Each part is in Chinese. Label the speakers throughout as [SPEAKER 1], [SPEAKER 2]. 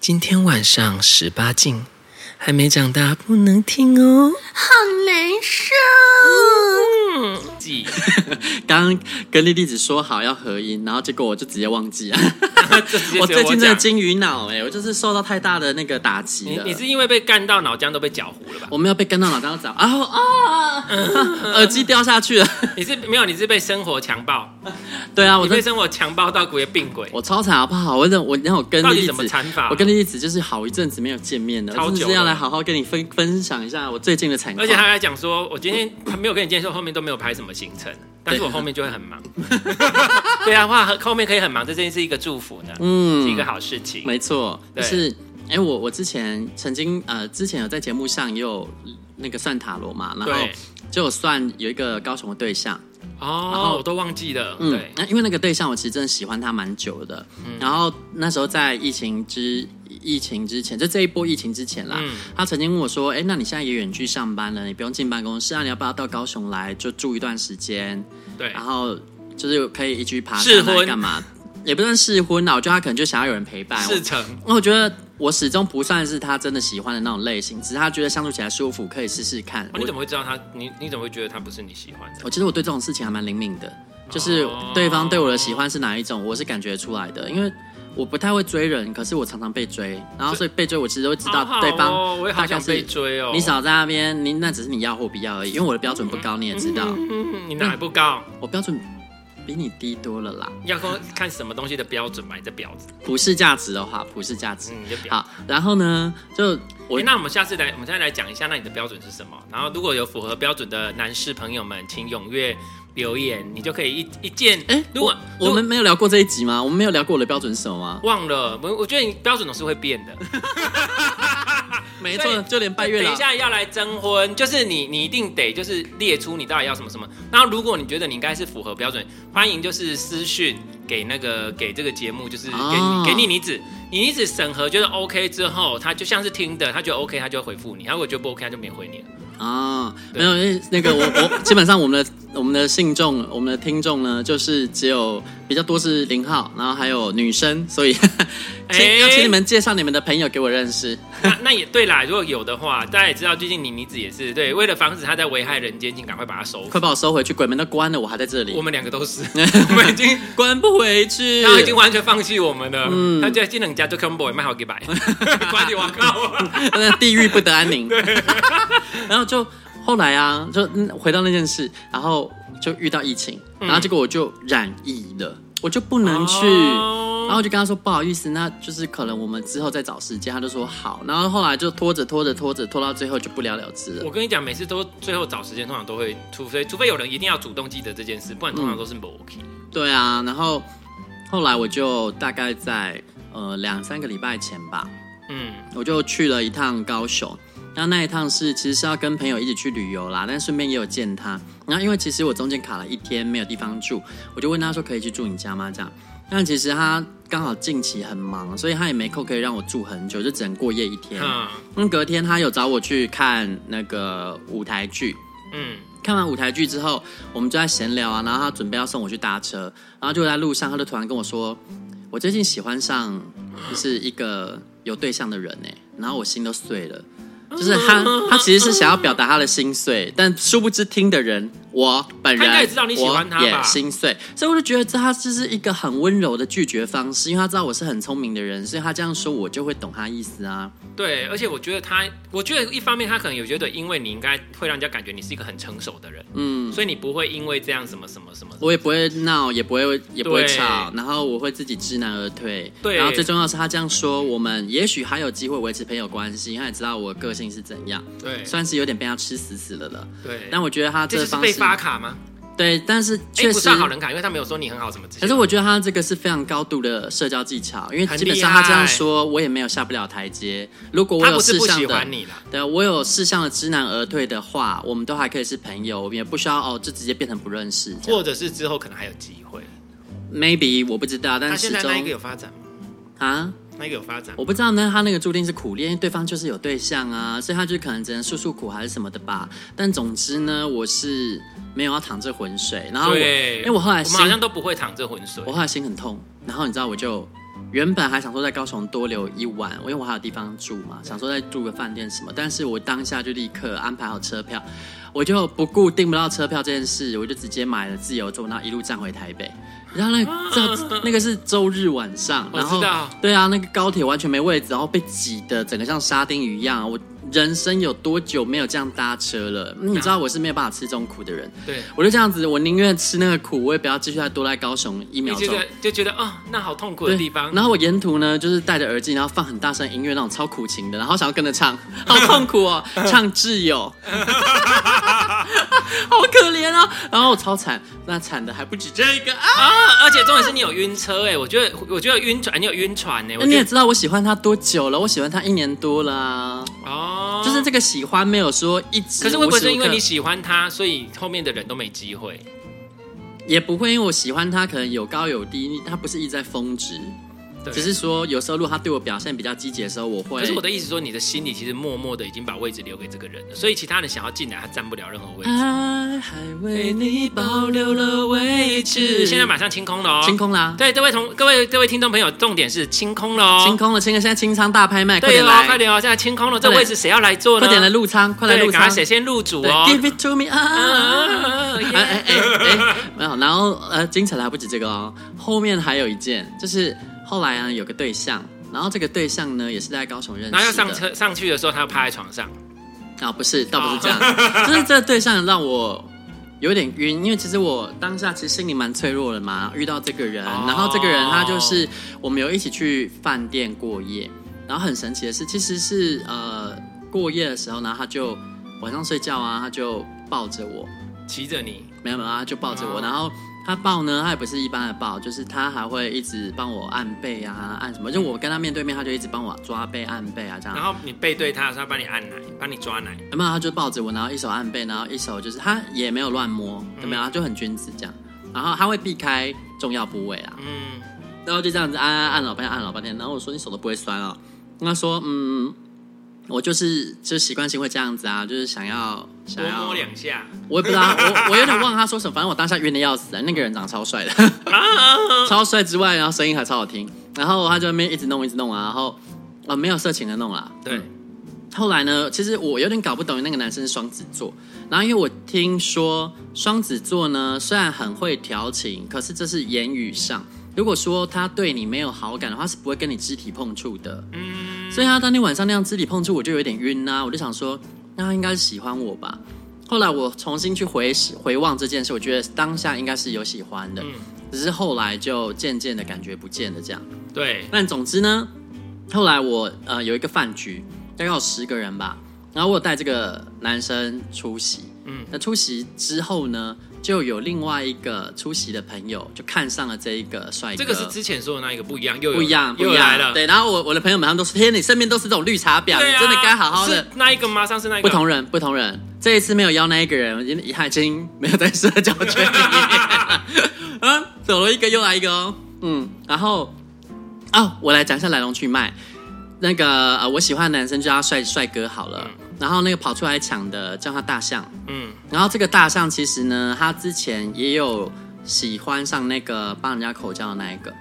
[SPEAKER 1] 今天晚上十八禁，还没长大不能听哦。
[SPEAKER 2] 好难受。
[SPEAKER 3] 嗯
[SPEAKER 4] 记，刚刚跟莉莉子说好要合音，然后结果我就直接忘记了。 我最
[SPEAKER 3] 啊
[SPEAKER 4] 近真的金鱼脑哎、我就是受到太大的那个打击
[SPEAKER 3] 你
[SPEAKER 4] 了。
[SPEAKER 3] 你是因为被干到脑浆都被搅糊了 吧？
[SPEAKER 4] 我们要被干到脑浆长，啊啊！ 耳机掉下去了。
[SPEAKER 3] 你是没有，你是被生活强暴，
[SPEAKER 4] 对啊，我
[SPEAKER 3] 我被
[SPEAKER 4] 真
[SPEAKER 3] 生活强暴到鬼病鬼。
[SPEAKER 4] 我超惨好不好？我让我让我跟
[SPEAKER 3] 到
[SPEAKER 4] 莉
[SPEAKER 3] 底
[SPEAKER 4] 莉
[SPEAKER 3] 怎么
[SPEAKER 4] 子
[SPEAKER 3] 惨法
[SPEAKER 4] 我跟莉莉子就是好一阵子没有见面了，
[SPEAKER 3] 超
[SPEAKER 4] 我
[SPEAKER 3] 久
[SPEAKER 4] 真的是要
[SPEAKER 3] 了
[SPEAKER 4] 来好好跟你分分享一下我最近的惨况。
[SPEAKER 3] 而且他还讲说，我今天还没有跟你见面，说后面都没有排什么行程，但是我后面就会很忙。 对啊，话后面可以很忙，这真是一个祝福呢，
[SPEAKER 4] 嗯
[SPEAKER 3] 是一个好事情。
[SPEAKER 4] 没错，就
[SPEAKER 3] 对
[SPEAKER 4] 是哎、我我之前曾经呃，之前有在节目上也有那个算塔罗嘛，然后
[SPEAKER 3] 对
[SPEAKER 4] 就有算有一个高雄的对象，然
[SPEAKER 3] 哦
[SPEAKER 4] 后，
[SPEAKER 3] 我都忘记了。
[SPEAKER 4] 嗯
[SPEAKER 3] 对，，嗯
[SPEAKER 4] 那因为那个对象我其实真的喜欢他蛮久的，然后那时候在疫情之疫情之前，就这一波疫情之前啦，
[SPEAKER 3] 嗯
[SPEAKER 4] 他曾经问我说，哎、那你现在也远距上班了，你不用进办公室，啊那你要不要到高雄来就住一段时间，
[SPEAKER 3] 对
[SPEAKER 4] 然，后就是可以一起去爬
[SPEAKER 3] 试
[SPEAKER 4] 山啊
[SPEAKER 3] 婚
[SPEAKER 4] 干嘛？也不算试婚啦，我觉得他可能就想要有人陪伴，
[SPEAKER 3] 事成。
[SPEAKER 4] 哦那我觉得我始终不算是他真的喜欢的那种类型，只是他觉得相处起来舒服，可以试试看。
[SPEAKER 3] 哦你怎么
[SPEAKER 4] 么？
[SPEAKER 3] 会知道他？你你怎么会觉得他不是你喜欢的？
[SPEAKER 4] 我其实我对这种事情还蛮灵敏的，就是
[SPEAKER 3] 哦
[SPEAKER 4] 对方对我的喜欢是哪一种，我是感觉出来的，因为。我不太会追人，可是我常常被追，然后所以被追，我其实都知道
[SPEAKER 3] 好好
[SPEAKER 4] 对
[SPEAKER 3] 哦
[SPEAKER 4] 方
[SPEAKER 3] 我也
[SPEAKER 4] 大
[SPEAKER 3] 好
[SPEAKER 4] 概
[SPEAKER 3] 想
[SPEAKER 4] 是
[SPEAKER 3] 被。追哦。
[SPEAKER 4] 你少在那边，你那只是你要或不要而已，因为我的标准不高，你也知道，
[SPEAKER 3] 嗯，你哪还不高？
[SPEAKER 4] 我标准比你低多了啦。
[SPEAKER 3] 要跟我看什么东西的标准嘛？你这婊子，
[SPEAKER 4] 普世价值的话，普世价值。
[SPEAKER 3] 嗯，你这婊子。
[SPEAKER 4] 好，然后呢，就我
[SPEAKER 3] 诶那我们下次来，我们现在来讲一下，那你的标准是什么？然后如果有符合标准的男士朋友们，请踊跃留言，你就可以一一键。
[SPEAKER 4] 哎、
[SPEAKER 3] 如果
[SPEAKER 4] 我我们没有聊过这一集吗？我们没有聊过我的标准是什么吗
[SPEAKER 3] 如？果忘了，我我觉得你标准总是会变的。
[SPEAKER 4] 没
[SPEAKER 3] 所
[SPEAKER 4] 错，
[SPEAKER 3] 以
[SPEAKER 4] 就连拜月
[SPEAKER 3] 等
[SPEAKER 4] 老
[SPEAKER 3] 一。下要来征婚，就是你你一定得就是列出你到底要什么什么。然后如果你觉得你应该是符合标准，欢迎就是私讯给那个给这个节目，就是给你、
[SPEAKER 4] 哦
[SPEAKER 3] 给你女子，你女子审核觉得 OK 之后，他就像是听的，他觉得 OK 他就会回复你，他如果觉得不 OK 他就没回你 了。
[SPEAKER 4] 啊，
[SPEAKER 3] 对
[SPEAKER 4] 没有，因为那个我我基本上我们的我 们的信众我们的听众呢，就是只有比较多是零号，然后还有女生，所以 请、
[SPEAKER 3] 哎
[SPEAKER 4] 要请你们介绍你们的朋友给我认识。
[SPEAKER 3] 那那也对啦，如果有的话，大家也知道，最近你妮子也是对，为了防止他在危害人间，请赶快把他收。
[SPEAKER 4] 快把我收回去，鬼门都关了，我还在这
[SPEAKER 3] 我
[SPEAKER 4] 里，
[SPEAKER 3] 们两个 都是，我们已经，
[SPEAKER 4] 关不回去。
[SPEAKER 3] 他已经完全放弃我们了。
[SPEAKER 4] 嗯
[SPEAKER 3] 他就进人家就 combo 卖好几百， 关你我靠！
[SPEAKER 4] 那地狱不得 安宁。 然后就后来啊，就嗯回到那件事，然后就遇到疫情，
[SPEAKER 3] 嗯
[SPEAKER 4] 然后结果我就染疫了，我就不能去。
[SPEAKER 3] 哦
[SPEAKER 4] 然后我就跟他说不好意思，那就是可能我们之后再找时间。他就说好，然后后来就拖着拖着拖着拖到最后就不了了之了
[SPEAKER 3] 我。跟你讲，每次都最后找时间，通常都会，除非除非有人一定要主动记得这件事，不然通常都是某 OK。
[SPEAKER 4] 对啊，然后后来我就大概在呃两三个礼拜前吧，
[SPEAKER 3] 嗯，
[SPEAKER 4] 我就去了一趟高雄。那那一趟是其实是要跟朋友一起去旅游啦，但顺便也有见他。然后因为其实我中间卡了一天没有地方住，我就问他说可以去住你家吗？这样。但其实他刚好近期很忙，所以他也没空可以让我住很久，就只能过夜一天。
[SPEAKER 3] 嗯
[SPEAKER 4] 那、隔天他有找我去看那个舞台剧，
[SPEAKER 3] 嗯，
[SPEAKER 4] 看完舞台剧之后，我们就在闲聊啊，然后他准备要送我去搭车，然后就在路上，他就突然跟我说：“我最近喜欢上就是一个有对象的人呢、然后我心都碎了。就是他，
[SPEAKER 3] 哦
[SPEAKER 4] 他其实是想要表达他的心碎，但殊不知听的人，我本
[SPEAKER 3] 他
[SPEAKER 4] 人
[SPEAKER 3] 应该也知道你喜欢他吧
[SPEAKER 4] 我也心碎，所以我就觉得这他这是一个很温柔的拒绝方式，因为他知道我是很聪明的人，所以他这样说我就会懂他意思啊。
[SPEAKER 3] 对，而且我觉得他，我觉得一方面他可能有觉得，因为你应该会让人家感觉你是一个很成熟的人，
[SPEAKER 4] 嗯，
[SPEAKER 3] 所以你不会因为这样什么什么什么什么
[SPEAKER 4] 我也不会闹，也不会也不会
[SPEAKER 3] 对
[SPEAKER 4] 吵，然后我会自己知难而退。
[SPEAKER 3] 对
[SPEAKER 4] 然后最重要的是他这样说，我们也许还有机会维持朋友关系。他也知道我个性是怎样，
[SPEAKER 3] 对
[SPEAKER 4] 算是有点被他吃死死了了。
[SPEAKER 3] 对，
[SPEAKER 4] 但我觉得他
[SPEAKER 3] 这
[SPEAKER 4] 这
[SPEAKER 3] 就是
[SPEAKER 4] 方
[SPEAKER 3] 被
[SPEAKER 4] 式
[SPEAKER 3] 发卡吗？
[SPEAKER 4] 对，但是
[SPEAKER 3] 哎，
[SPEAKER 4] 确
[SPEAKER 3] 不
[SPEAKER 4] 实，
[SPEAKER 3] 算好人卡，因为他没有说你很好什么之类
[SPEAKER 4] 可是
[SPEAKER 3] 的。
[SPEAKER 4] 我觉得他这个是非常高度的社交技巧，因为
[SPEAKER 3] 很
[SPEAKER 4] 基本上
[SPEAKER 3] 厉害
[SPEAKER 4] 他这样说，我也没有下不了台阶。如果我
[SPEAKER 3] 他
[SPEAKER 4] 有
[SPEAKER 3] 不是
[SPEAKER 4] 事
[SPEAKER 3] 不
[SPEAKER 4] 项
[SPEAKER 3] 喜
[SPEAKER 4] 的
[SPEAKER 3] 欢，你啦，
[SPEAKER 4] 对我有事项的知难而退的话，我们都还可以是朋友，我们也不需要哦，就直接变成不认识这样。
[SPEAKER 3] 或者是之后可能还有机会。
[SPEAKER 4] maybe 我不知道，
[SPEAKER 3] 他
[SPEAKER 4] 但始
[SPEAKER 3] 现在那一
[SPEAKER 4] 终
[SPEAKER 3] 个有发展吗？
[SPEAKER 4] 啊，
[SPEAKER 3] 那一个有发展吗？
[SPEAKER 4] 我不知道呢，他那个注定是苦恋，因为对方就是有对象啊，所以他就可能只能诉诉苦还是什么的吧。但总之呢，我是没有要淌这浑水，然后我，
[SPEAKER 3] 对，
[SPEAKER 4] 因为我后来
[SPEAKER 3] 我
[SPEAKER 4] 心
[SPEAKER 3] 们好像都不会淌这浑水
[SPEAKER 4] 我。后来心很痛，然后你知道我就原本还想说在高雄多留一晚，因为我还有地方住嘛，想说再住个饭店什么，但是我当下就立刻安排好车票，我就不顾订不到车票这件事，我就直接买了自由座，然后一路站回台北。然后那个这那个是周日晚上，
[SPEAKER 3] 啊我
[SPEAKER 4] 然后
[SPEAKER 3] 知道
[SPEAKER 4] 对啊，那个高铁完全没位置，然后被挤得整个像沙丁鱼一样。我人生有多久没有这样搭车了？你知道我是没有办法吃这种苦的人，
[SPEAKER 3] 对，
[SPEAKER 4] 我就这样子，我宁愿吃那个苦，我也不要继续再多在高雄一
[SPEAKER 3] 你
[SPEAKER 4] 秒
[SPEAKER 3] 这
[SPEAKER 4] 钟。
[SPEAKER 3] 个就觉得啊、那好痛苦的
[SPEAKER 4] 对
[SPEAKER 3] 地方。
[SPEAKER 4] 然后我沿途呢，就是戴着耳机，然后放很大声音乐，那种超苦情的，然后想要跟 着唱，好痛苦哦，唱挚友，好可怜啊。然后我超惨，那惨的还不止这个啊！
[SPEAKER 3] 啊！而且重点是你有晕车哎、我觉得我觉得晕船，你有晕船哎、我
[SPEAKER 4] 你
[SPEAKER 3] 觉
[SPEAKER 4] 也
[SPEAKER 3] 得
[SPEAKER 4] 知道我喜欢他多久了，我喜欢他一年多了啊、
[SPEAKER 3] 哦，
[SPEAKER 4] 就是这个喜欢没有说一直，
[SPEAKER 3] 可是会不会
[SPEAKER 4] 无时
[SPEAKER 3] 是
[SPEAKER 4] 无
[SPEAKER 3] 因为
[SPEAKER 4] 刻
[SPEAKER 3] 你喜欢他，所以后面的人都没机会？
[SPEAKER 4] 也不会，因为我喜欢他，可能有高有低，他不是一直在峰值，
[SPEAKER 3] 对，
[SPEAKER 4] 只是说有时候如果他对我表现比较积极的时候，我会。
[SPEAKER 3] 可是我的意思说，你的心里其实默默的已经把位置留给这个人了，所以其他人想要进来，他占不了任何位置。
[SPEAKER 4] 爱还为你保留了位置。
[SPEAKER 3] 现在马上清空了哦，
[SPEAKER 4] 清。空啊啦，
[SPEAKER 3] 对，各位同各位各位听众朋友，重点是清空了哦，
[SPEAKER 4] 清。空了，清了，现在清仓大拍卖，快
[SPEAKER 3] 对
[SPEAKER 4] 点
[SPEAKER 3] 哦
[SPEAKER 4] 来，，
[SPEAKER 3] 快点哦，现在清空了，这
[SPEAKER 4] 快点
[SPEAKER 3] 位置谁要来做呢？
[SPEAKER 4] 快点来入仓，快来
[SPEAKER 3] 对
[SPEAKER 4] 入
[SPEAKER 3] 赶快
[SPEAKER 4] 仓。
[SPEAKER 3] 谁先入主
[SPEAKER 4] 对
[SPEAKER 3] 哦？
[SPEAKER 4] ，Give it to me 啊！
[SPEAKER 3] 啊
[SPEAKER 4] 哎
[SPEAKER 3] 耶
[SPEAKER 4] 哎哎哎， 没有，然后呃，精彩的还不止这个哦，后面还有一件，就是后来啊有个对象，然后这个对象呢也是在高雄认识的，
[SPEAKER 3] 然后要上车上去的时候，他要趴在床上。
[SPEAKER 4] 啊，不是，倒不是这样， 就是这个对象让我有点晕，因为其实我当下其实心里蛮脆弱的嘛，遇到这个人，
[SPEAKER 3] 哦
[SPEAKER 4] 然后这个人他就是我们有一起去饭店过夜，然后很神奇的是，其实是呃过夜的时候呢，然后他就晚上睡觉啊，他就抱着我，
[SPEAKER 3] 骑着你，
[SPEAKER 4] 没有没有，他就抱着我，
[SPEAKER 3] 哦
[SPEAKER 4] 然后。他抱呢，他也不是一般的抱，就是他还会一直帮我按背啊，按什么，就我跟他面对面，他就一直帮我抓背、按背啊，这样
[SPEAKER 3] 然。后你背对他的时候，他帮你按奶，帮你抓奶，
[SPEAKER 4] 没有，他就抱着我，然后一手按背，然后一手就是他也没有乱摸，
[SPEAKER 3] 嗯
[SPEAKER 4] 有没有？他就很君子这样。然后他会避开重要部位啊，
[SPEAKER 3] 嗯，
[SPEAKER 4] 然后就这样子按按按老半天，按老半天。然后我说你手都不会酸啊、哦，他说嗯，我就是就习惯性会这样子啊，就是想要想
[SPEAKER 3] 多
[SPEAKER 4] 要
[SPEAKER 3] 摸，两下
[SPEAKER 4] 我也不知道，我我有点忘了他说什么，反正我当下晕的要死、啊，那个人长得超帅的。
[SPEAKER 3] 啊，
[SPEAKER 4] 超帅之外，然后声音还超好听，然后他就在那边一直弄一直弄啊，然后呃没有色情的弄啦。
[SPEAKER 3] 对
[SPEAKER 4] 嗯后来呢，其实我有点搞不懂那个男生是双子座，然后因为我听说双子座呢虽然很会调情，可是这是言语上，如果说他对你没有好感的话，是不会跟你肢体碰触的。
[SPEAKER 3] 嗯，
[SPEAKER 4] 所以他当天晚上那样肢体碰触，我就有点晕啊呐、我就想说，那他应该是喜欢我吧。后来我重新去回回望这件事，我觉得当下应该是有喜欢的，
[SPEAKER 3] 嗯
[SPEAKER 4] 只是后来就渐渐的感觉不见了这样。
[SPEAKER 3] 对，
[SPEAKER 4] 但总之呢，后来我呃有一个饭局，大概有十个人吧，然后我有带这个男生出席，
[SPEAKER 3] 嗯，
[SPEAKER 4] 那出席之后呢，就有另外一个出席的朋友就看上了这一个帅哥，
[SPEAKER 3] 这个是之前说的那一个不一样，又有
[SPEAKER 4] 不一样，不
[SPEAKER 3] 又
[SPEAKER 4] 一
[SPEAKER 3] 有来
[SPEAKER 4] 样
[SPEAKER 3] 了，
[SPEAKER 4] 对，然后我我的朋友们他们都说：“天，你身边都是这种绿茶婊，
[SPEAKER 3] 对
[SPEAKER 4] 你
[SPEAKER 3] 啊，
[SPEAKER 4] 真的该好好的
[SPEAKER 3] 是。那一个吗？上次那”一
[SPEAKER 4] 不
[SPEAKER 3] 个
[SPEAKER 4] 同人，不同人，这一次没有邀那一个人，因为他已经没有在社交圈里面。嗯， 走了一个又来一个哦，嗯，然后哦，我来讲一下来龙去脉。那个呃，我喜欢的男生就叫他帅帅哥好了，然后那个跑出来抢的叫他大象，
[SPEAKER 3] 嗯，
[SPEAKER 4] 然后这个大象其实呢，他之前也有喜欢上那个帮人家口交的那一个。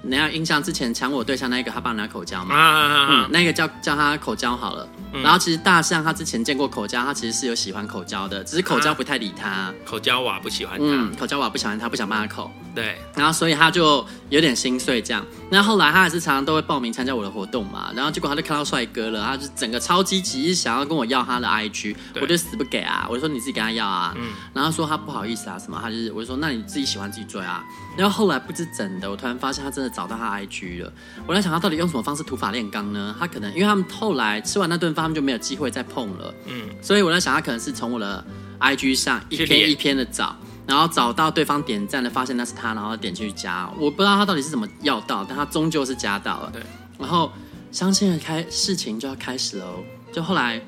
[SPEAKER 4] 你要印象之前抢我对象那一个，他帮人家口交
[SPEAKER 3] 啊
[SPEAKER 4] 嘛？
[SPEAKER 3] 啊啊
[SPEAKER 4] 嗯
[SPEAKER 3] 啊，，
[SPEAKER 4] 那个叫叫他口交好了。然后其实大象他之前见过口交，他其实是有喜欢口交的，只是口交不太理他。
[SPEAKER 3] 口交娃不喜欢他，
[SPEAKER 4] 嗯，口交我不喜欢他，不想帮他口。
[SPEAKER 3] 对，
[SPEAKER 4] 然后所以他就有点心碎这样。那后来他还是常常都会报名参加我的活动嘛，然后结果他就看到帅哥了，他就整个超积极，想要跟我要他的 IG，
[SPEAKER 3] 对
[SPEAKER 4] 我就死不给啊，我就说你自己跟他要啊，
[SPEAKER 3] 嗯
[SPEAKER 4] 然后他说他不好意思啊什么，他就是我就说那你自己喜欢自己追啊。然后后来不知怎的，我突然发现他真的找到他 IG 了，我在想他到底用什么方式土法炼钢呢？他可能因为他们后来吃完那顿饭，他们就没有机会再碰了。
[SPEAKER 3] 嗯，
[SPEAKER 4] 所以我在想，他可能是从我的 IG 上一篇一篇的找，然后找到对方点赞的，发现那是他，然后点进去加。我不知道他到底是怎么要到，但他终究是加到了。
[SPEAKER 3] 对，
[SPEAKER 4] 然后相信了开事情就要开始喽。就后来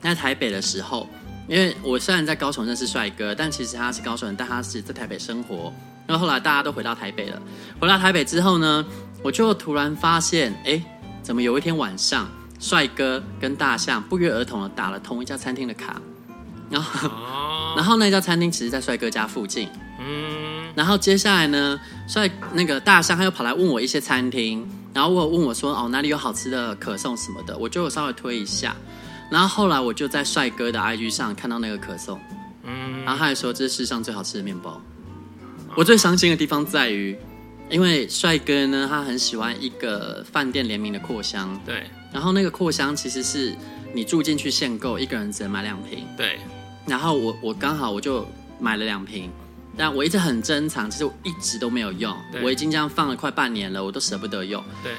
[SPEAKER 4] 在台北的时候，因为我虽然在高雄认识帅哥，但其实他是高雄人，但他是在台北生活。然后后来大家都回到台北了，回到台北之后呢，我就突然发现，哎，怎么有一天晚上，帅哥跟大象不约而同的打了同一家餐厅的卡，然后。
[SPEAKER 3] 哦，
[SPEAKER 4] 然后那家餐厅其实，在帅哥家附近，
[SPEAKER 3] 嗯，
[SPEAKER 4] 然后接下来呢，帅那个大象他又跑来问我一些餐厅，然后我问我说哦哪里有好吃的可颂什么的，我就有稍微推一下。然后后来我就在帅哥的 IG 上看到那个可颂，嗯，然后他还说这是世上最好吃的面包。我最伤心的地方在于，因为帅哥呢他很喜欢一个饭店联名的扩香，
[SPEAKER 3] 对
[SPEAKER 4] 然后那个扩香其实是你住进去限购，一个人只能买两瓶。
[SPEAKER 3] 对，
[SPEAKER 4] 然后我我刚好我就买了两瓶，但我一直很珍藏，其实我一直都没有用，
[SPEAKER 3] 对
[SPEAKER 4] 我已经这样放了快半年了，我都舍不得用。
[SPEAKER 3] 对，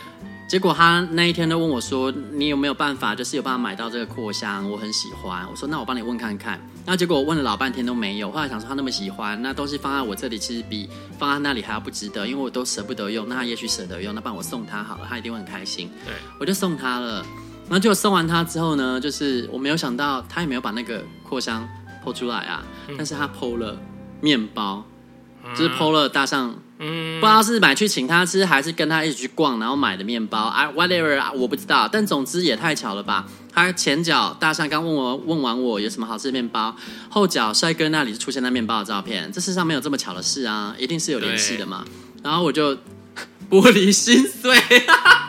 [SPEAKER 4] 结果他那一天都问我说：“你有没有办法，就是有办法买到这个扩香？我很喜欢。”我说：“那我帮你问看看。”那结果我问了老半天都没有。后来想说他那么喜欢，那东西放在我这里其实比放在那里还要不值得，因为我都舍不得用。那他也许舍得用，那不然我送他好了，他一定会很开心。
[SPEAKER 3] 对，
[SPEAKER 4] 我就送他了。然后就送完他之后呢，就是我没有想到他也没有把那个扩香剖出来啊，但是他剖了面包，就是剖了大象
[SPEAKER 3] 嗯，
[SPEAKER 4] 不知道是买去请他吃，还是跟他一起去逛，然后买的面包啊，whatever，啊我不知道。但总之也太巧了吧！他前脚大象刚问我问完我有什么好吃的面包，后脚帅哥那里就出现那面包的照片，这世上没有这么巧的事啊，一定是有联系的嘛。然后我就 玻璃心碎，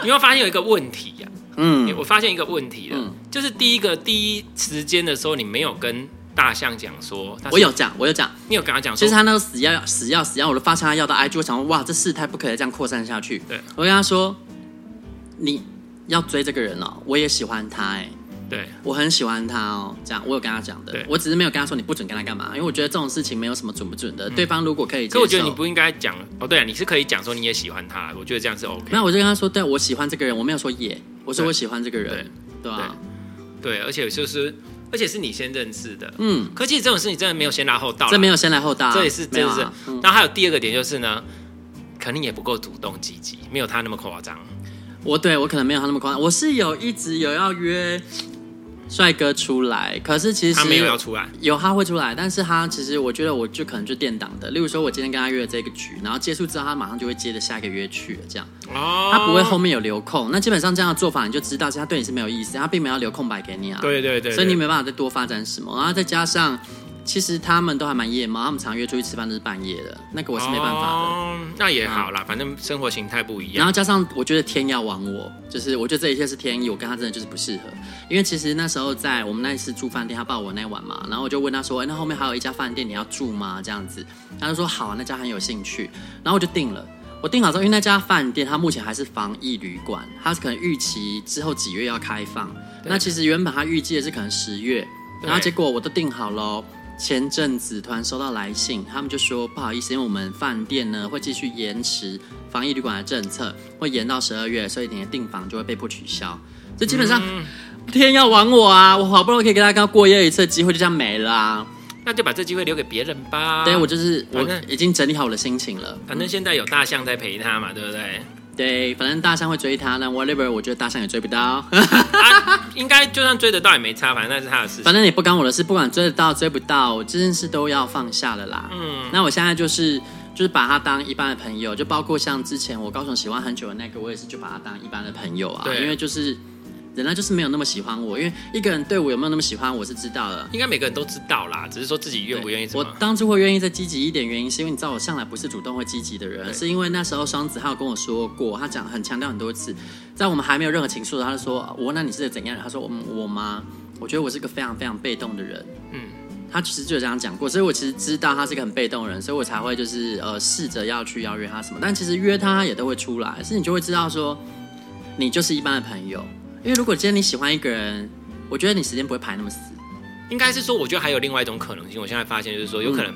[SPEAKER 3] 你有没有发现有一个问题呀、
[SPEAKER 4] 嗯，
[SPEAKER 3] 我发现一个问题了，
[SPEAKER 4] 嗯
[SPEAKER 3] 就是第一个第一时间的时候，你没有跟大象讲说，他是
[SPEAKER 4] 我有，讲，我有讲。
[SPEAKER 3] 你有跟他讲
[SPEAKER 4] 其
[SPEAKER 3] 说
[SPEAKER 4] 实，他那个死要死要死要，我都发现他要到 IG，我想说哇，这事态不可以这样扩散下去。
[SPEAKER 3] 对，
[SPEAKER 4] 我跟他说，你要追这个人哦，我也喜欢他哎、
[SPEAKER 3] 对
[SPEAKER 4] 我很喜欢他哦，这样我有跟他讲的
[SPEAKER 3] 对，
[SPEAKER 4] 我只是没有跟他说你不准跟他干嘛，因为我觉得这种事情没有什么准不准的，对方如果可以接受，
[SPEAKER 3] 嗯可我觉得你不应该讲哦，对啊，你是可以讲说你也喜欢他，我觉得这样是 OK。
[SPEAKER 4] 没有，我就跟他说，对我喜欢这个人，我没有说也，我说
[SPEAKER 3] 对
[SPEAKER 4] 我喜欢这个人，对啊吧、
[SPEAKER 3] 对，而且就是，而且是你先认识的，
[SPEAKER 4] 嗯，
[SPEAKER 3] 可其实这种事情真的没有先拉后到啦，
[SPEAKER 4] 这没有先来后到啊，
[SPEAKER 3] 这也是，
[SPEAKER 4] 没
[SPEAKER 3] 这
[SPEAKER 4] 有
[SPEAKER 3] 也
[SPEAKER 4] 啊
[SPEAKER 3] 是。
[SPEAKER 4] 嗯
[SPEAKER 3] 然后还有第二个点就是呢，肯定也不够主动积极，没有他那么夸张。
[SPEAKER 4] 我对我可能没有他那么夸张，我是有一直有要约帅哥出来，可是其实
[SPEAKER 3] 他没有要出来，
[SPEAKER 4] 有他会出来，但是他其实我觉得我就可能就垫档的。例如说，我今天跟他约了这个局，然后结束之后，他马上就会接着下一个约去了，这样
[SPEAKER 3] 哦
[SPEAKER 4] 他不会后面有留空。那基本上这样的做法，你就知道是他对你是没有意思，他并没有要留空白给你啊。
[SPEAKER 3] 哦对对对，
[SPEAKER 4] 所以你
[SPEAKER 3] 对
[SPEAKER 4] 没办法再多发展什么。然后再加上，其实他们都还蛮夜猫，他们常约出去吃饭都是半夜的，那个我是没办法的。嗯
[SPEAKER 3] 哦那也好啦，反正生活形态不一
[SPEAKER 4] 然
[SPEAKER 3] 样。
[SPEAKER 4] 后加上，我觉得天要亡我，就是我觉得这一切是天意，我跟他真的就是不适合。因为其实那时候在我们那一次住饭店，他抱我那晚嘛，然后我就问他说：“哎，那后面还有一家饭店你要住吗？”这样子，他就说：“好、啊，那家很有兴趣。”然后我就订了。我订好之后，因为那家饭店它目前还是防疫旅馆，它是可能预期之后几月要开放。
[SPEAKER 3] 对
[SPEAKER 4] 那其实原本它预计的是可能十月，
[SPEAKER 3] 对
[SPEAKER 4] 然后结果我都订好喽。前阵子突然收到来信，他们就说不好意思，因为我们饭店呢会继续延迟防疫旅馆的政策，会延到十二月，所以你的订房就会被迫取消。这基本上、
[SPEAKER 3] 嗯
[SPEAKER 4] 天要亡我啊！我好不容易可以跟他刚过夜一次的机会，就这样没了啊！
[SPEAKER 3] 那就把这机会留给别人吧。
[SPEAKER 4] 对，我就是我
[SPEAKER 3] 啊反正
[SPEAKER 4] 已经整理好我的心情了。
[SPEAKER 3] 反正现在有大象在陪他嘛，对不对？
[SPEAKER 4] 对，反正大象会追他，那 whatever，我觉得大象也追不到。
[SPEAKER 3] 啊，应该就算追得到也没差，反正那是他的事情。
[SPEAKER 4] 反正也不干我的事，不管追得到追不到，这件事都要放下了啦。
[SPEAKER 3] 嗯，
[SPEAKER 4] 那我现在就是就是把他当一般的朋友，就包括像之前我高雄喜欢很久的那个，我也是就把他当一般的朋友啊，
[SPEAKER 3] 对
[SPEAKER 4] 因为就是人家就是没有那么喜欢我，因为一个人对我有没有那么喜欢我是知道的。
[SPEAKER 3] 应该每个人都知道啦，只是说自己愿不愿意怎
[SPEAKER 4] 我
[SPEAKER 3] 么。
[SPEAKER 4] 当初会愿意再积极一点，原因是因为你知道我向来不是主动会积极的人，
[SPEAKER 3] 对
[SPEAKER 4] 是因为那时候双子他有跟我说过，他讲很强调很多次，在我们还没有任何情愫的时候，他就说我问那你是个怎样的人？他说嗯我吗？我觉得我是个非常非常被动的人，
[SPEAKER 3] 嗯，
[SPEAKER 4] 他其实就有这样讲过，所以我其实知道他是个很被动的人，所以我才会就是呃试着要去邀约他什么，但其实约他他也都会出来，是你就会知道说你就是一般的朋友，因为如果今天你喜欢一个人，我觉得你时间不会排那么死，
[SPEAKER 3] 应该是说，我觉得还有另外一种可能性。我现在发现就是说，有可能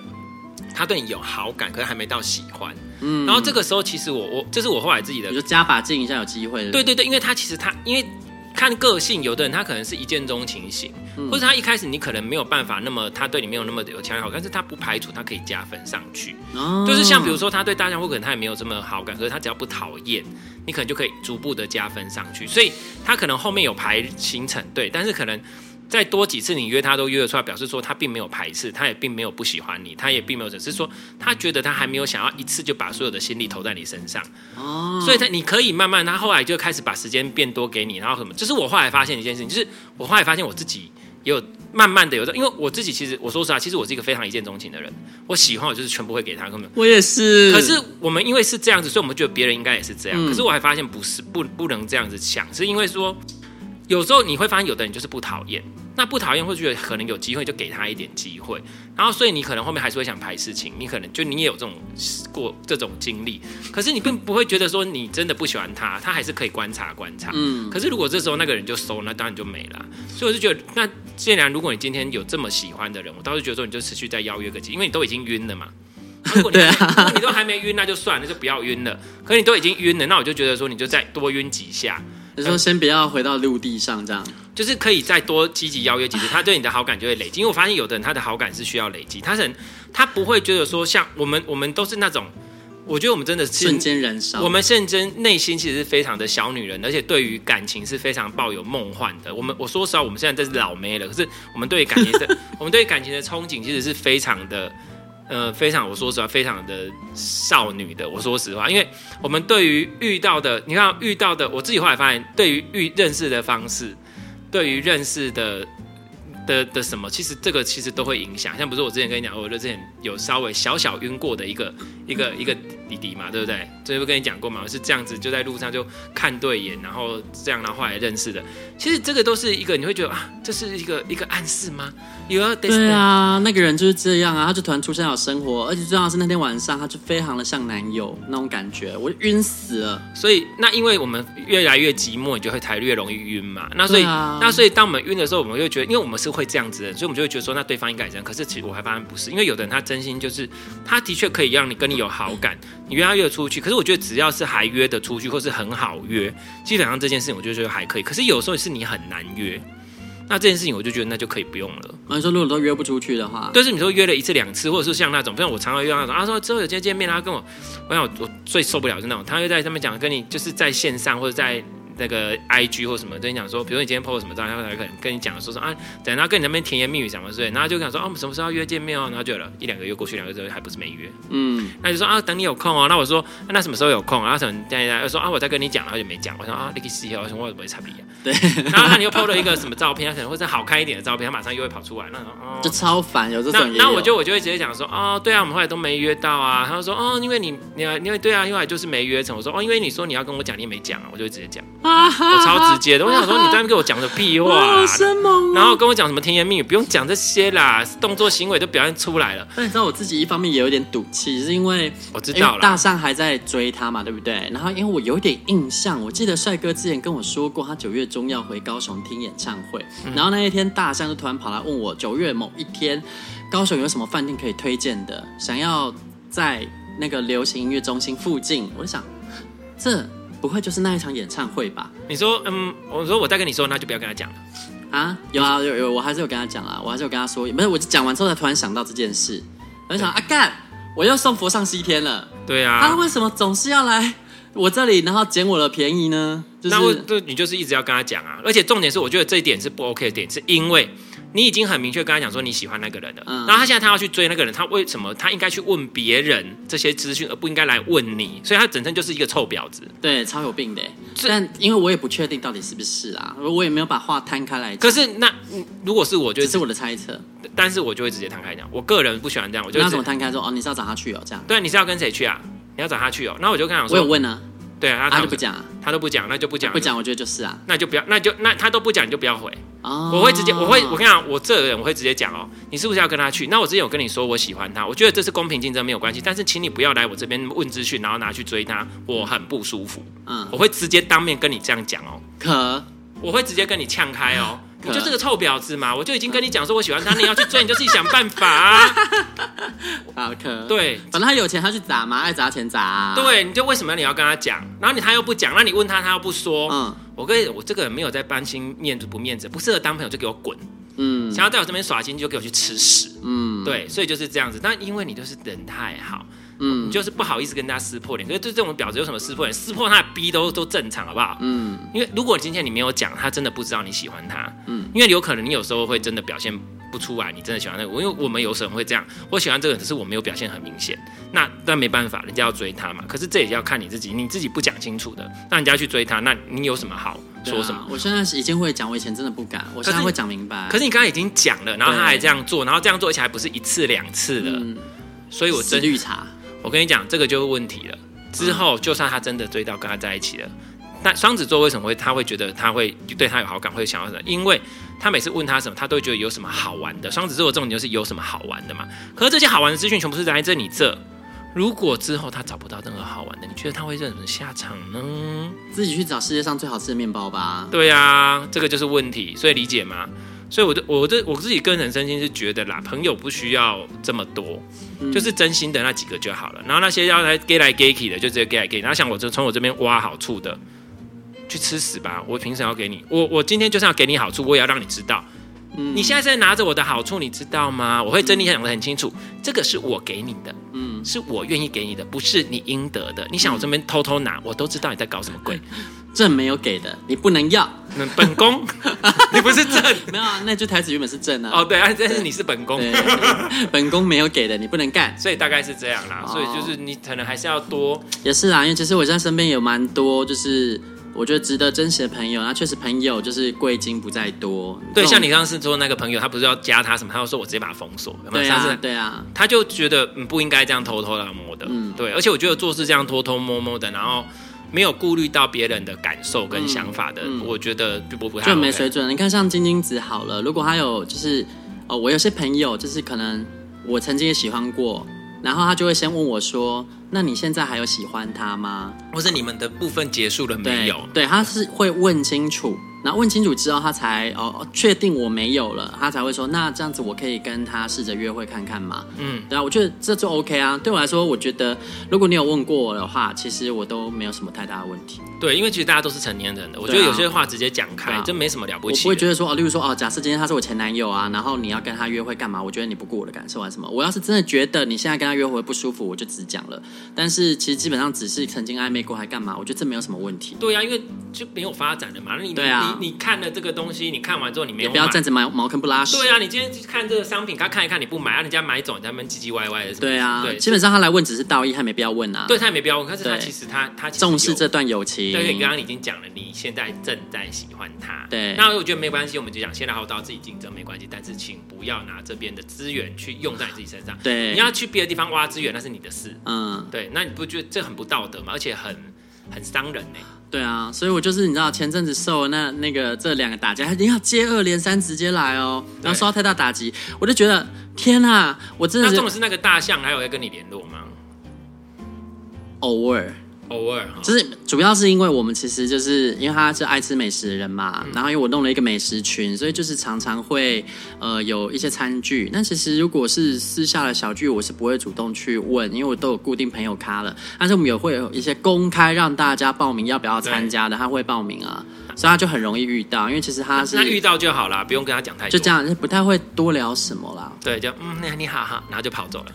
[SPEAKER 3] 他对你有好感，可是还没到喜欢。
[SPEAKER 4] 嗯，
[SPEAKER 3] 然后这个时候，其实我我这是我后来自己的
[SPEAKER 4] 你就加把劲一下有机会，
[SPEAKER 3] 对对对，因为他其实他因为看个性，有的人他可能是一见钟情型，
[SPEAKER 4] 嗯
[SPEAKER 3] 或者他一开始你可能没有办法那么他对你没有那么有强烈好感，但是他不排除他可以加分上去，
[SPEAKER 4] 哦
[SPEAKER 3] 就是像比如说他对大象，或可能他也没有这么好感，可是他只要不讨厌，你可能就可以逐步的加分上去，所以他可能后面有排行程对，但是可能。再多几次你约他都约得出来，表示说他并没有排斥，他也并没有不喜欢你，他也并没有只是说他觉得他还没有想要一次就把所有的心力投在你身上。
[SPEAKER 4] 哦，
[SPEAKER 3] 所以他你可以慢慢，他后来就开始把时间变多给你，然后什么？就是我后来发现一件事情，就是我后来发现我自己也有慢慢的有这，因为我自己其实我说实话，其实我是一个非常一见钟情的人，我喜欢我就是全部会给他，根本。
[SPEAKER 4] 我也是。
[SPEAKER 3] 可是我们因为是这样子，所以我们觉得别人应该也是这样。
[SPEAKER 4] 嗯
[SPEAKER 3] 可是我还发现不是不不能这样子想，是因为说有时候你会发现有的人就是不讨厌，那不讨厌会觉得可能有机会就给他一点机会，然后所以你可能后面还是会想排事情，你可能就你也有这种过这种经历，可是你并不会觉得说你真的不喜欢他，他还是可以观察观察。
[SPEAKER 4] 嗯，
[SPEAKER 3] 可是如果这时候那个人就收，那当然就没了。所以我就觉得，那既然如果你今天有这么喜欢的人，我倒是觉得说你就持续再邀约个几，因为你都已经晕了嘛。如果你
[SPEAKER 4] 对啊
[SPEAKER 3] 如果你都还没晕，那就算了，就不要晕了。可你都已经晕了，那我就觉得说你就再多晕几下，
[SPEAKER 4] 你说先不要回到陆地上这样，
[SPEAKER 3] 就是可以再多积极邀约几次，他对你的好感就会累积。因为我发现有的人他的好感是需要累积，他是很他不会觉得说像我们我们都是那种，我觉得我们真的是
[SPEAKER 4] 瞬间燃烧。
[SPEAKER 3] 我们甚至内心其实是非常的小女人，而且对于感情是非常抱有梦幻的。我们我说实话，我们现在这是老妹了，可是我们对于感情的，我们对于感情的憧憬其实是非常的，呃，非常我说实话，非常的少女的。我说实话，因为我们对于遇到的，你看遇到的，我自己后来发现，对于遇认识的方式，对于认识的。的的什么，其实这个其实都会影响。像不是我之前跟你讲，我就之前有稍微小小晕过的一个一个一个弟弟嘛，对不对？这就跟你讲过嘛，我是这样子，就在路上就看对眼，然后这样，然后后来认识的。其实这个都是一个，你会觉得啊，这是一个一个暗示吗？有要
[SPEAKER 4] 对啊，那个人就是这样啊，他就突然出现在我生活，而且最重要的是那天晚上，他就非常的像男友那种感觉，我晕死了。
[SPEAKER 3] 所以那因为我们越来越寂寞，你就会才越容易晕嘛。那所以、
[SPEAKER 4] 对啊
[SPEAKER 3] 那所以当我们晕的时候，我们就会觉得，因为我们是会这样子的，所以我们就会觉得说，那对方应该也这样。可是其实我还发现不是，因为有的人他真心就是，他的确可以让你跟你有好感，你约他约得出去。可是我觉得只要是还约得出去，或是很好约，基本上这件事情我就觉得还可以。可是有时候是你很难约，那这件事情我就觉得那就可以不用了。
[SPEAKER 4] 我你说，如果都约不出去的话，
[SPEAKER 3] 就是你说约了一次两次，或者是像那种，不像我常常约那种，他说之后有天见面，他跟我，我想我我最受不了是那种，他会在上面讲跟你就是在线上或者在。那个 I G 或什么跟你讲说，比如你今天 PO 什么照片，他会可能跟你讲说说啊，等他跟你那边甜言蜜语什么之类，然后就跟你说啊，我们什么时候要约见面哦，然后就有了一两个月过去，两个月之后还不是没约，
[SPEAKER 4] 嗯，
[SPEAKER 3] 那就说啊，等你有空哦。那我说、啊那什么时候有空？然后什么大家又说啊，我再跟你讲，然后就没讲。我说啊，你可以试一下，我说我也不会差别。啊
[SPEAKER 4] 对，
[SPEAKER 3] 然后他你又 PO 了一个什么照片，他可能或者好看一点的照片，他马上又会跑出来，那种哦，
[SPEAKER 4] 就超烦，有这
[SPEAKER 3] 那
[SPEAKER 4] 种也有
[SPEAKER 3] 那我就我就会直接讲说，哦，对啊，我们后来都没约到啊。他就说，哦，因为你你因为对啊，因为就是没约成。我说，哦，因为你说你要跟我讲，你也没讲啊，我就会直接讲，我超直接的。我想说，你在那边给我讲的屁话啦、
[SPEAKER 4] 哇，生猛
[SPEAKER 3] 然后跟我讲什么甜言蜜语，不用讲这些啦，动作行为都表现出来了，
[SPEAKER 4] 但你知道我自己一方面也有点赌气，是因为
[SPEAKER 3] 我知
[SPEAKER 4] 因
[SPEAKER 3] 道
[SPEAKER 4] 为
[SPEAKER 3] 啦。
[SPEAKER 4] 哎大象还在追他嘛，对不对？然后因为我有点印象，我记得帅哥之前跟我说过，他九月中要回高雄听演唱会，
[SPEAKER 3] 嗯
[SPEAKER 4] 然后那一天大象就突然跑来问我，九月某一天高雄有什么饭店可以推荐的，想要在那个流行音乐中心附近，我就想这。不会就是那一场演唱会吧？
[SPEAKER 3] 你说，嗯，我说我再跟你说，那就不要跟他讲了。
[SPEAKER 4] 啊，有啊有有，我还是有跟他讲啊，我还是有跟他说，没有，我讲完之后才突然想到这件事，我就想啊干，我又送佛上西天了。
[SPEAKER 3] 对
[SPEAKER 4] 他
[SPEAKER 3] 啊，
[SPEAKER 4] 为什么总是要来我这里，然后捡我的便宜呢？就是
[SPEAKER 3] 那我就你就是一直要跟他讲啊。而且重点是，我觉得这一点是不 OK 的点，是因为你已经很明确跟他讲说你喜欢那个人了，
[SPEAKER 4] 嗯
[SPEAKER 3] 然后他现在他要去追那个人，他为什么他应该去问别人这些资讯，而不应该来问你？所以他本身就是一个臭婊子。
[SPEAKER 4] 对超有病的欸，
[SPEAKER 3] 这
[SPEAKER 4] 但因为我也不确定到底是不是啊，我也没有把话摊开来讲，
[SPEAKER 3] 可是那嗯如果是我就
[SPEAKER 4] 只
[SPEAKER 3] 会
[SPEAKER 4] 是我的猜测。
[SPEAKER 3] 但是我就会直接摊开讲，我个人不喜欢这样，我就
[SPEAKER 4] 那
[SPEAKER 3] 会
[SPEAKER 4] 怎么
[SPEAKER 3] 直
[SPEAKER 4] 摊开说哦？你是要找他去哦？这样，
[SPEAKER 3] 对，你是要跟谁去啊？你要找他去哦。那我就跟他讲
[SPEAKER 4] 我有
[SPEAKER 3] 说，
[SPEAKER 4] 问啊，
[SPEAKER 3] 对啊，
[SPEAKER 4] 他
[SPEAKER 3] 他
[SPEAKER 4] 就不讲啊，
[SPEAKER 3] 他都不讲，那就不讲，
[SPEAKER 4] 不，讲，我觉得就是啊。
[SPEAKER 3] 那就不要，那就那他都不讲，你就不要回。
[SPEAKER 4] 哦，
[SPEAKER 3] 我会直接，我会，我跟你讲，我这个人我会直接讲哦，你是不是要跟他去？那我之前有跟你说我喜欢他，我觉得这是公平竞争没有关系，但是请你不要来我这边问资讯，然后拿去追他，我很不舒服。我
[SPEAKER 4] 嗯，
[SPEAKER 3] 会直接当面跟你这样讲哦，
[SPEAKER 4] 可
[SPEAKER 3] 我会直接跟你呛开哦，
[SPEAKER 4] 可
[SPEAKER 3] 你就是个臭婊子嘛！我就已经跟你讲说我喜欢他，你要去追，你就自己想办法啊。
[SPEAKER 4] 好啊可，，
[SPEAKER 3] 对
[SPEAKER 4] 反正他有钱他去砸嘛，爱砸钱砸啊。，
[SPEAKER 3] 对，你就为什么你要跟他讲？然后你他又不讲，那你问他他又不说。
[SPEAKER 4] 嗯
[SPEAKER 3] 我跟你我这个人没有在担心面子不面子，不适合当朋友就给我滚，
[SPEAKER 4] 嗯
[SPEAKER 3] 想要在我这边耍心就给我去吃屎。
[SPEAKER 4] 嗯，
[SPEAKER 3] 对，所以就是这样子。但因为你就是人太好，
[SPEAKER 4] 嗯
[SPEAKER 3] 你就是不好意思跟大家撕破脸。可是对这种婊子有什么撕破脸？撕破他的逼都都正常，好不好？
[SPEAKER 4] 嗯
[SPEAKER 3] 因为如果今天你没有讲，他真的不知道你喜欢他。
[SPEAKER 4] 嗯
[SPEAKER 3] 嗯，因为有可能你有时候会真的表现不出来，你真的喜欢那个。因为我们有时候会这样，我喜欢这个人，只是我没有表现很明显。那但没办法，人家要追他嘛。可是这也要看你自己，你自己不讲清楚的，那人家去追他，那你有什么好
[SPEAKER 4] 对啊
[SPEAKER 3] 说什么。
[SPEAKER 4] 我现在已经会讲，我以前真的不敢，我现在
[SPEAKER 3] 可是
[SPEAKER 4] 会讲明白。
[SPEAKER 3] 可是你刚才已经讲了，然后他
[SPEAKER 4] 对
[SPEAKER 3] 还这样做，然后这样做，而且还不是一次两次了，
[SPEAKER 4] 嗯，
[SPEAKER 3] 所以我
[SPEAKER 4] 死
[SPEAKER 3] 真
[SPEAKER 4] 绿茶，
[SPEAKER 3] 我跟你讲，这个就是问题了。之后，就算他真的追到跟他在一起了，那双子座为什么会他会觉得他会对他有好感，会想要什么？因为他每次问他什么，他都会觉得有什么好玩的。双子座的重点就是有什么好玩的嘛。可是这些好玩的资讯全部是来自你这。如果之后他找不到任何好玩的，你觉得他会是什么下场呢？
[SPEAKER 4] 自己去找世界上最好吃的面包吧。
[SPEAKER 3] 对啊，这个就是问题，所以理解吗？所以我的我的我自己个人身心是觉得啦，朋友不需要这么多，
[SPEAKER 4] 嗯
[SPEAKER 3] 就是真心的那几个就好了。然后那些要来 gay 来 gay 去的，就直接 gay 来 gay。然后像我这从我这边挖好处的，去吃屎吧！我凭什么要给你？我我今天就算要给你好处，我也要让你知道。
[SPEAKER 4] 嗯
[SPEAKER 3] 你现在在拿着我的好处，你知道吗？我会真的想得很清楚，这个是我给你的，
[SPEAKER 4] 嗯，
[SPEAKER 3] 是我愿意给你的，不是你应得的。你想我这边偷偷拿，我都知道你在搞什么鬼。
[SPEAKER 4] 朕没有给的，你不能 要。
[SPEAKER 3] 那嗯本宫，你不是正
[SPEAKER 4] 没有啊，那句台词原本是朕啊。
[SPEAKER 3] 哦，对啊，但是你是本宫，
[SPEAKER 4] 对，本宫没有给的，你不能干。
[SPEAKER 3] 所以大概是这样啦。
[SPEAKER 4] 哦
[SPEAKER 3] 所以就是你可能还是要多，
[SPEAKER 4] 也是啊，因为其实我现在身边有蛮多，就是我觉得值得珍惜的朋友，那确实朋友就是贵精不在多。
[SPEAKER 3] 对，
[SPEAKER 4] 这种
[SPEAKER 3] 像你刚刚是说那个朋友，他不是要加他什么，他就说我直接把他封锁，有没有？
[SPEAKER 4] 对
[SPEAKER 3] 上
[SPEAKER 4] 啊
[SPEAKER 3] 次
[SPEAKER 4] 对啊，
[SPEAKER 3] 他就觉得嗯不应该这样偷偷的摸的，
[SPEAKER 4] 嗯
[SPEAKER 3] 对，而且我觉得做事这样偷偷摸摸的，然后没有顾虑到别人的感受跟想法的，
[SPEAKER 4] 嗯嗯
[SPEAKER 3] 我觉得就不不太
[SPEAKER 4] 就很没
[SPEAKER 3] OK
[SPEAKER 4] 水准。你看像晶晶子好了，如果他有就是呃，我有些朋友就是可能我曾经也喜欢过，然后他就会先问我说：“那你现在还有喜欢他吗
[SPEAKER 3] 或是你们的部分结束了？”没
[SPEAKER 4] 对
[SPEAKER 3] 有？，
[SPEAKER 4] 对，他是会问清楚，然后问清楚之后，他才哦确定我没有了，他才会说：“那这样子我可以跟他试着约会看看吗？”
[SPEAKER 3] 嗯，
[SPEAKER 4] 对啊，我觉得这就 OK 啊。对我来说，我觉得如果你有问过我的话，其实我都没有什么太大的问题。
[SPEAKER 3] 对，因为其实大家都是成年人的，我觉
[SPEAKER 4] 对啊
[SPEAKER 3] 得有些话直接讲开，
[SPEAKER 4] 对啊
[SPEAKER 3] 这没什么了不
[SPEAKER 4] 我
[SPEAKER 3] 起
[SPEAKER 4] 不
[SPEAKER 3] 的
[SPEAKER 4] 会觉得说哦，例如说哦，假设今天他是我前男友啊，然后你要跟他约会干嘛？我觉得你不顾我的感受还是什么？我要是真的觉得你现在跟他约会不舒服，我就只讲了。但是其实基本上只是曾经暧昧过还干嘛？我觉得这没有什么问题。
[SPEAKER 3] 对啊呀、因为就没有发展了嘛。那你
[SPEAKER 4] 对啊
[SPEAKER 3] 你你看了这个东西，你看完之后你没
[SPEAKER 4] 也
[SPEAKER 3] 有啊
[SPEAKER 4] 不要
[SPEAKER 3] 买
[SPEAKER 4] 站着茅茅坑不拉屎。
[SPEAKER 3] 对啊，你今天去看这个商品，他看一看你不买，让人家买走，你在那边唧唧歪歪的。
[SPEAKER 4] 对啊，
[SPEAKER 3] 对，
[SPEAKER 4] 基本上他来问只是道义，还没必要问啊。
[SPEAKER 3] 对，他也没标，可是他
[SPEAKER 4] 对
[SPEAKER 3] 其实他他其实
[SPEAKER 4] 重视
[SPEAKER 3] 有
[SPEAKER 4] 这。段友情。
[SPEAKER 3] 对，你刚刚已经讲了，你现在正在喜欢他。
[SPEAKER 4] 对
[SPEAKER 3] 那我觉得没关系，我们就讲现在好到自己竞争没关系，但是请不要拿这边的资源去用在你自己身上。
[SPEAKER 4] 对
[SPEAKER 3] 你要去别的地方挖资源，那是你的事。
[SPEAKER 4] 嗯。
[SPEAKER 3] 对，那你不觉得这很不道德吗？而且很很伤人呢、
[SPEAKER 4] 对啊，所以我就是你知道，前阵子受了那那个这两个打击，还你要接二连三直接来哦，然后受到太大打击，我就觉得天啊，我真
[SPEAKER 3] 那
[SPEAKER 4] 的
[SPEAKER 3] 重点
[SPEAKER 4] 是
[SPEAKER 3] 是那个大象还有在跟你联络吗？
[SPEAKER 4] 偶尔，
[SPEAKER 3] 偶尔哈。
[SPEAKER 4] 就是主要是因为我们其实就是因为他是爱吃美食的人嘛，然后因为我弄了一个美食群，所以就是常常会呃有一些餐具。那其实如果是私下的小聚，我是不会主动去问，因为我都有固定朋友咖了。但是我们也会有一些公开让大家报名要不要参加的，他会报名啊，所以他就很容易遇到，因为其实他是
[SPEAKER 3] 那遇到就好啦，不用跟他讲太多。
[SPEAKER 4] 就这样，就不太会多聊什么啦，
[SPEAKER 3] 对，就嗯，那你好哈，然后就跑走了。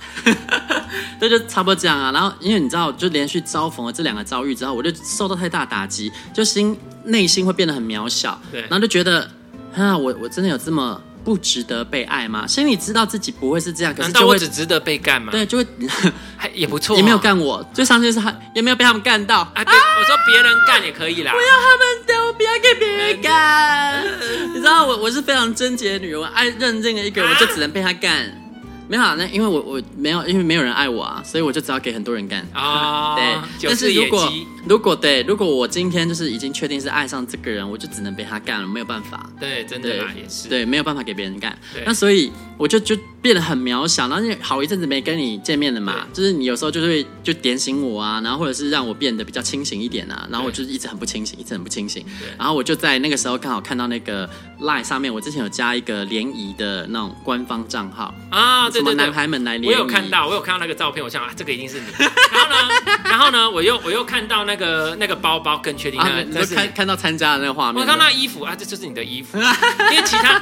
[SPEAKER 4] 对，就差不多这样啊。然后因为你知道，就连续遭逢了这两个遭遇之后，我就受到太大打击，就心内心会变得很渺小，
[SPEAKER 3] 对
[SPEAKER 4] 然后就觉得啊，我我真的有这么不值得被爱吗？心里知道自己不会是这样，可
[SPEAKER 3] 难
[SPEAKER 4] 是
[SPEAKER 3] 道
[SPEAKER 4] 就
[SPEAKER 3] 我
[SPEAKER 4] 会
[SPEAKER 3] 只值得被干吗？，
[SPEAKER 4] 对，就会
[SPEAKER 3] 还也不错、啊
[SPEAKER 4] 也没有。干我，最伤心是他也没有被他们干到，
[SPEAKER 3] 哎，别，我说别人干也可以啦。
[SPEAKER 4] 不要他们干，我不要给别人干。
[SPEAKER 3] 哎
[SPEAKER 4] 你知道我我是非常贞洁的女人，我爱认定了一个人，
[SPEAKER 3] 啊
[SPEAKER 4] 我就只能被他干。没有啊，那因为我我没有，因为没有人爱我啊，所以我就只好给很多人干。
[SPEAKER 3] 啊，
[SPEAKER 4] 对，
[SPEAKER 3] 九
[SPEAKER 4] 但是
[SPEAKER 3] 四
[SPEAKER 4] 如
[SPEAKER 3] 野
[SPEAKER 4] 果
[SPEAKER 3] 鸡，
[SPEAKER 4] 如果对，如果我今天就是已经确定是爱上这个人，我就只能被他干了，没有办法。
[SPEAKER 3] 对，真的
[SPEAKER 4] 对
[SPEAKER 3] 啦，也是。
[SPEAKER 4] 对，没有办法给别人干
[SPEAKER 3] 对。
[SPEAKER 4] 那所以我就就变得很渺小，然后因为好一阵子没跟你见面了嘛，就是你有时候就是会就点醒我啊，然后或者是让我变得比较清醒一点啊，然后我就是一直很不清醒，一直很不清醒
[SPEAKER 3] 对。
[SPEAKER 4] 然后我就在那个时候刚好看到那个 Line 上面，我之前有加一个联谊的那种官方账号，
[SPEAKER 3] 啊，对
[SPEAKER 4] 什么
[SPEAKER 3] 对
[SPEAKER 4] 男
[SPEAKER 3] 对。
[SPEAKER 4] 孩们来联谊，
[SPEAKER 3] 我有看到，我有看到那个照片，我想啊，这个一定是你。然后呢，然后呢，我又我又看到那个那个包包，更确定
[SPEAKER 4] 啊
[SPEAKER 3] 那，
[SPEAKER 4] 你
[SPEAKER 3] 那
[SPEAKER 4] 就是看
[SPEAKER 3] 你。
[SPEAKER 4] 看到参加的那个画面，
[SPEAKER 3] 我看到那衣服啊，这就是你的衣服，因为其他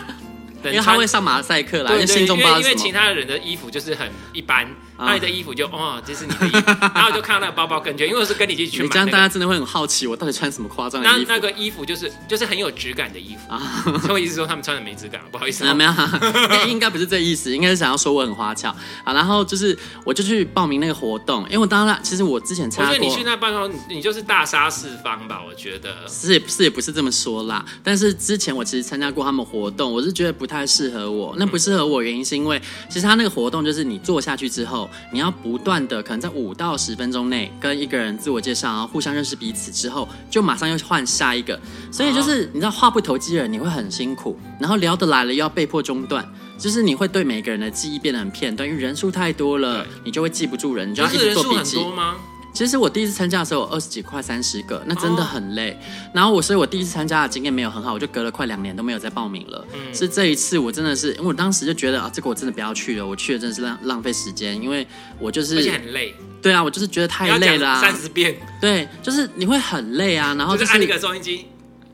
[SPEAKER 3] 等
[SPEAKER 4] 因为他
[SPEAKER 3] 穿
[SPEAKER 4] 会上马赛克啦，因
[SPEAKER 3] 对
[SPEAKER 4] 为
[SPEAKER 3] 对，
[SPEAKER 4] 心
[SPEAKER 3] 因
[SPEAKER 4] 中
[SPEAKER 3] 为
[SPEAKER 4] 不知道
[SPEAKER 3] 因为
[SPEAKER 4] 是
[SPEAKER 3] 其
[SPEAKER 4] 什么。
[SPEAKER 3] 他人的衣服就是很一般，
[SPEAKER 4] 啊
[SPEAKER 3] 那你的衣服就哦，这是你的衣服，然后我就看到那个包包更绝，因为我是跟你一起去
[SPEAKER 4] 你
[SPEAKER 3] 买
[SPEAKER 4] 这样
[SPEAKER 3] 那
[SPEAKER 4] 大
[SPEAKER 3] 个
[SPEAKER 4] 家真的会很好奇，我到底穿什么夸张的
[SPEAKER 3] 那
[SPEAKER 4] 衣服
[SPEAKER 3] 那个衣服就是就是很有质感的衣服，
[SPEAKER 4] 啊？
[SPEAKER 3] 所以我一直说他们穿的没质感，不好意思
[SPEAKER 4] 啊，
[SPEAKER 3] 哦，
[SPEAKER 4] 没有， 应应该不是这意思，应该是想要说我很花俏啊。然后就是，我就去报名那个活动，因为我当然其实我之前
[SPEAKER 3] 我
[SPEAKER 4] 参
[SPEAKER 3] 觉
[SPEAKER 4] 加
[SPEAKER 3] 得你
[SPEAKER 4] 过
[SPEAKER 3] 去，那办公，你你就是大杀四方吧？我觉得
[SPEAKER 4] 是也是也不是这么说啦。但是之前我其实参加过他们活动，我是觉得不太适合我。
[SPEAKER 3] 嗯
[SPEAKER 4] 那不适合我原因是因为，其实他那个活动就是你坐下去之后，你要不断的可能在五到十分钟内跟一个人自我介绍，然后互相认识彼此之后，就马上又换下一个，所
[SPEAKER 3] 啊
[SPEAKER 4] 以就是你知道话不投机人，你会很辛苦，然后聊得来了又要被迫中断。就是你会对每个人的记忆变得很片段，因为人数太多了
[SPEAKER 3] 对，
[SPEAKER 4] 你就会记不住人，你就
[SPEAKER 3] 就
[SPEAKER 4] 要一
[SPEAKER 3] 是
[SPEAKER 4] 直
[SPEAKER 3] 人
[SPEAKER 4] 做
[SPEAKER 3] 数
[SPEAKER 4] 笔
[SPEAKER 3] 很
[SPEAKER 4] 记。
[SPEAKER 3] 多吗？
[SPEAKER 4] 其实我第一次参加的时候有二十几块、三十个，那
[SPEAKER 3] 哦
[SPEAKER 4] 真的很累。然后我，所以我第一次参加的经验没有很好，我就隔了快两年都没有再报名了。
[SPEAKER 3] 嗯
[SPEAKER 4] 是这一次，我真的是，因为我当时就觉得啊，这个我真的不要去了，我去了真的是浪浪费时间，因为我就
[SPEAKER 3] 而且
[SPEAKER 4] 是
[SPEAKER 3] 很累，
[SPEAKER 4] 对啊，我就是觉得太累了、
[SPEAKER 3] 三
[SPEAKER 4] 啊，
[SPEAKER 3] 十遍，
[SPEAKER 4] 对，就是你会很累啊，然后
[SPEAKER 3] 就是
[SPEAKER 4] 就是
[SPEAKER 3] 按一个收音机，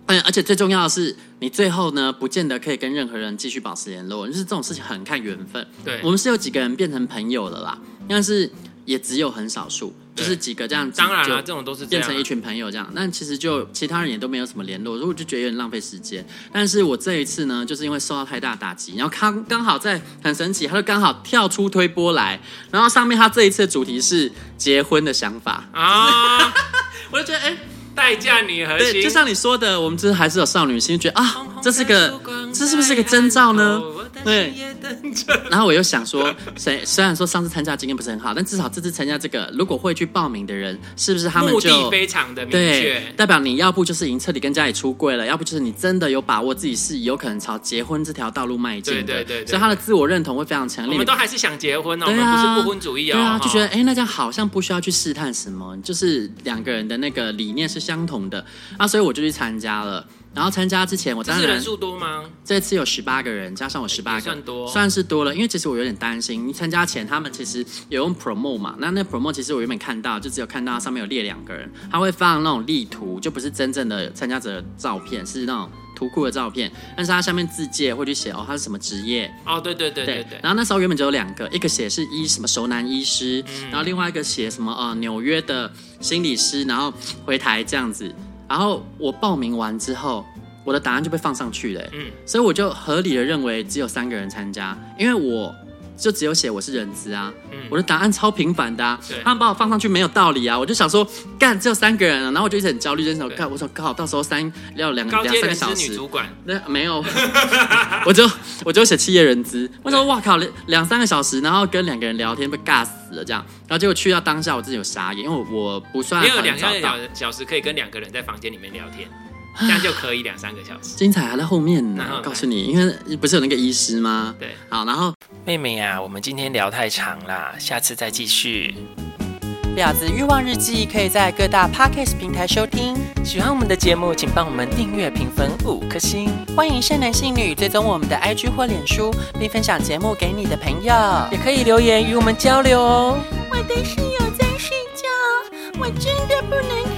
[SPEAKER 4] 嗯，而且最重要的是，你最后呢，不见得可以跟任何人继续保持联络，就是这种事情很看缘分。
[SPEAKER 3] 对
[SPEAKER 4] 我，们是有几个人变成朋友了啦，但是也只有很少数，就
[SPEAKER 3] 对
[SPEAKER 4] 是几个这样子就。
[SPEAKER 3] 当然了，这种都是这
[SPEAKER 4] 变
[SPEAKER 3] 样
[SPEAKER 4] 成
[SPEAKER 3] 啊
[SPEAKER 4] 一。群朋友这样，但其实就其他人也都没有什么联络，所以我就觉得有点浪费时间。但是我这一次呢，就是因为受到太大打击，然后刚刚好在很神奇，他就刚好跳出推波来，然后上面他这一次的主题是结婚的想法，
[SPEAKER 3] 啊，
[SPEAKER 4] 我就觉得哎、
[SPEAKER 3] 代驾女核
[SPEAKER 4] 对，
[SPEAKER 3] 心，
[SPEAKER 4] 就像你说的，我们就是还是有少女心，觉得啊，这是个这是不是个征兆呢？对， 然后我又想说，虽虽然说上次参加的经验不是很好，但至少这次参加这个，如果会去报名的人，是不是他们
[SPEAKER 3] 目的
[SPEAKER 4] 就
[SPEAKER 3] 非常的明
[SPEAKER 4] 对
[SPEAKER 3] 确，。
[SPEAKER 4] 代表你要不就是已经彻底跟家里出柜了，要不就是你真的有把握自己是有可能朝结婚这条道路迈进的。
[SPEAKER 3] 对对对对
[SPEAKER 4] 所以他的自我认同会非常强
[SPEAKER 3] 我
[SPEAKER 4] 烈。
[SPEAKER 3] 们都还是想结婚哦，我
[SPEAKER 4] 对
[SPEAKER 3] 们
[SPEAKER 4] 啊
[SPEAKER 3] 不是不婚主义哦，
[SPEAKER 4] 对啊，
[SPEAKER 3] 哈
[SPEAKER 4] 就觉得哎、诶那这样好像不需要去试探什么，就是两个人的那个理念是相同的啊，所以我就去参加了。然后参加之前，我
[SPEAKER 3] 这
[SPEAKER 4] 当
[SPEAKER 3] 是人
[SPEAKER 4] 然
[SPEAKER 3] 数多吗？
[SPEAKER 4] 这次有十八个人，加上我十八
[SPEAKER 3] 哎也
[SPEAKER 4] 个，
[SPEAKER 3] 算多
[SPEAKER 4] 算是多了。因为其实我有点担心，你参加前他们其实有用 promo 嘛，那那 promo 其实我原本看到就只有看到它上面有列两个人，他会放那种例图，就不是真正的参加者的照片，是那种图库的照片，但是他下面自介会去写哦他是什么职业，
[SPEAKER 3] 哦，对对对对对，
[SPEAKER 4] 然后那时候原本只有两个，一个写是医什么熟男医师，然后另外一个写什么呃纽约的心理师，然后回台这样子。然后我报名完之后，我的答案就被放上去了、嗯
[SPEAKER 3] 嗯，
[SPEAKER 4] 所以我就合理的认为只有三个人参加，因为我。就只有写我是人资啊，
[SPEAKER 3] 嗯
[SPEAKER 4] 我的答案超平凡的啊
[SPEAKER 3] 对，
[SPEAKER 4] 他们把我放上去没有道理啊，我就想说干只有三个人啊，然后我就一直很焦虑，就想
[SPEAKER 3] 对
[SPEAKER 4] 干，我想靠，到时候三要两
[SPEAKER 3] 高
[SPEAKER 4] 两
[SPEAKER 3] 阶
[SPEAKER 4] 三个
[SPEAKER 3] 人
[SPEAKER 4] 小
[SPEAKER 3] 是
[SPEAKER 4] 时
[SPEAKER 3] 女，主管，
[SPEAKER 4] 那没有， 我就我就写企业人资，我说哇靠，两两三个小时，然后跟两个人聊天被尬死了这样，然后结果去到当下我自己有傻眼，因为我我不算
[SPEAKER 3] 你有
[SPEAKER 4] 很
[SPEAKER 3] 两
[SPEAKER 4] 早
[SPEAKER 3] 三个
[SPEAKER 4] 到，
[SPEAKER 3] 小小时可以跟两个人在房间里面聊 天，这样就可以两三个小时。
[SPEAKER 4] 精彩还在后面呢
[SPEAKER 3] 那，
[SPEAKER 4] 我告诉你，因为不是有那个医师吗？
[SPEAKER 3] 嗯对，
[SPEAKER 4] 好，然后
[SPEAKER 3] 妹妹呀、我们今天聊太长啦，下次再继续。
[SPEAKER 2] 婊子欲望日记可以在各大 podcast 平台收听，
[SPEAKER 5] 喜欢我们的节目，请帮我们订阅、评分五颗星，
[SPEAKER 2] 欢迎善男信女追踪我们的 IG 或脸书，并分享节目给你的朋友。
[SPEAKER 5] 也可以留言与我们交流哦。
[SPEAKER 6] 我的室友在睡觉，我真的不能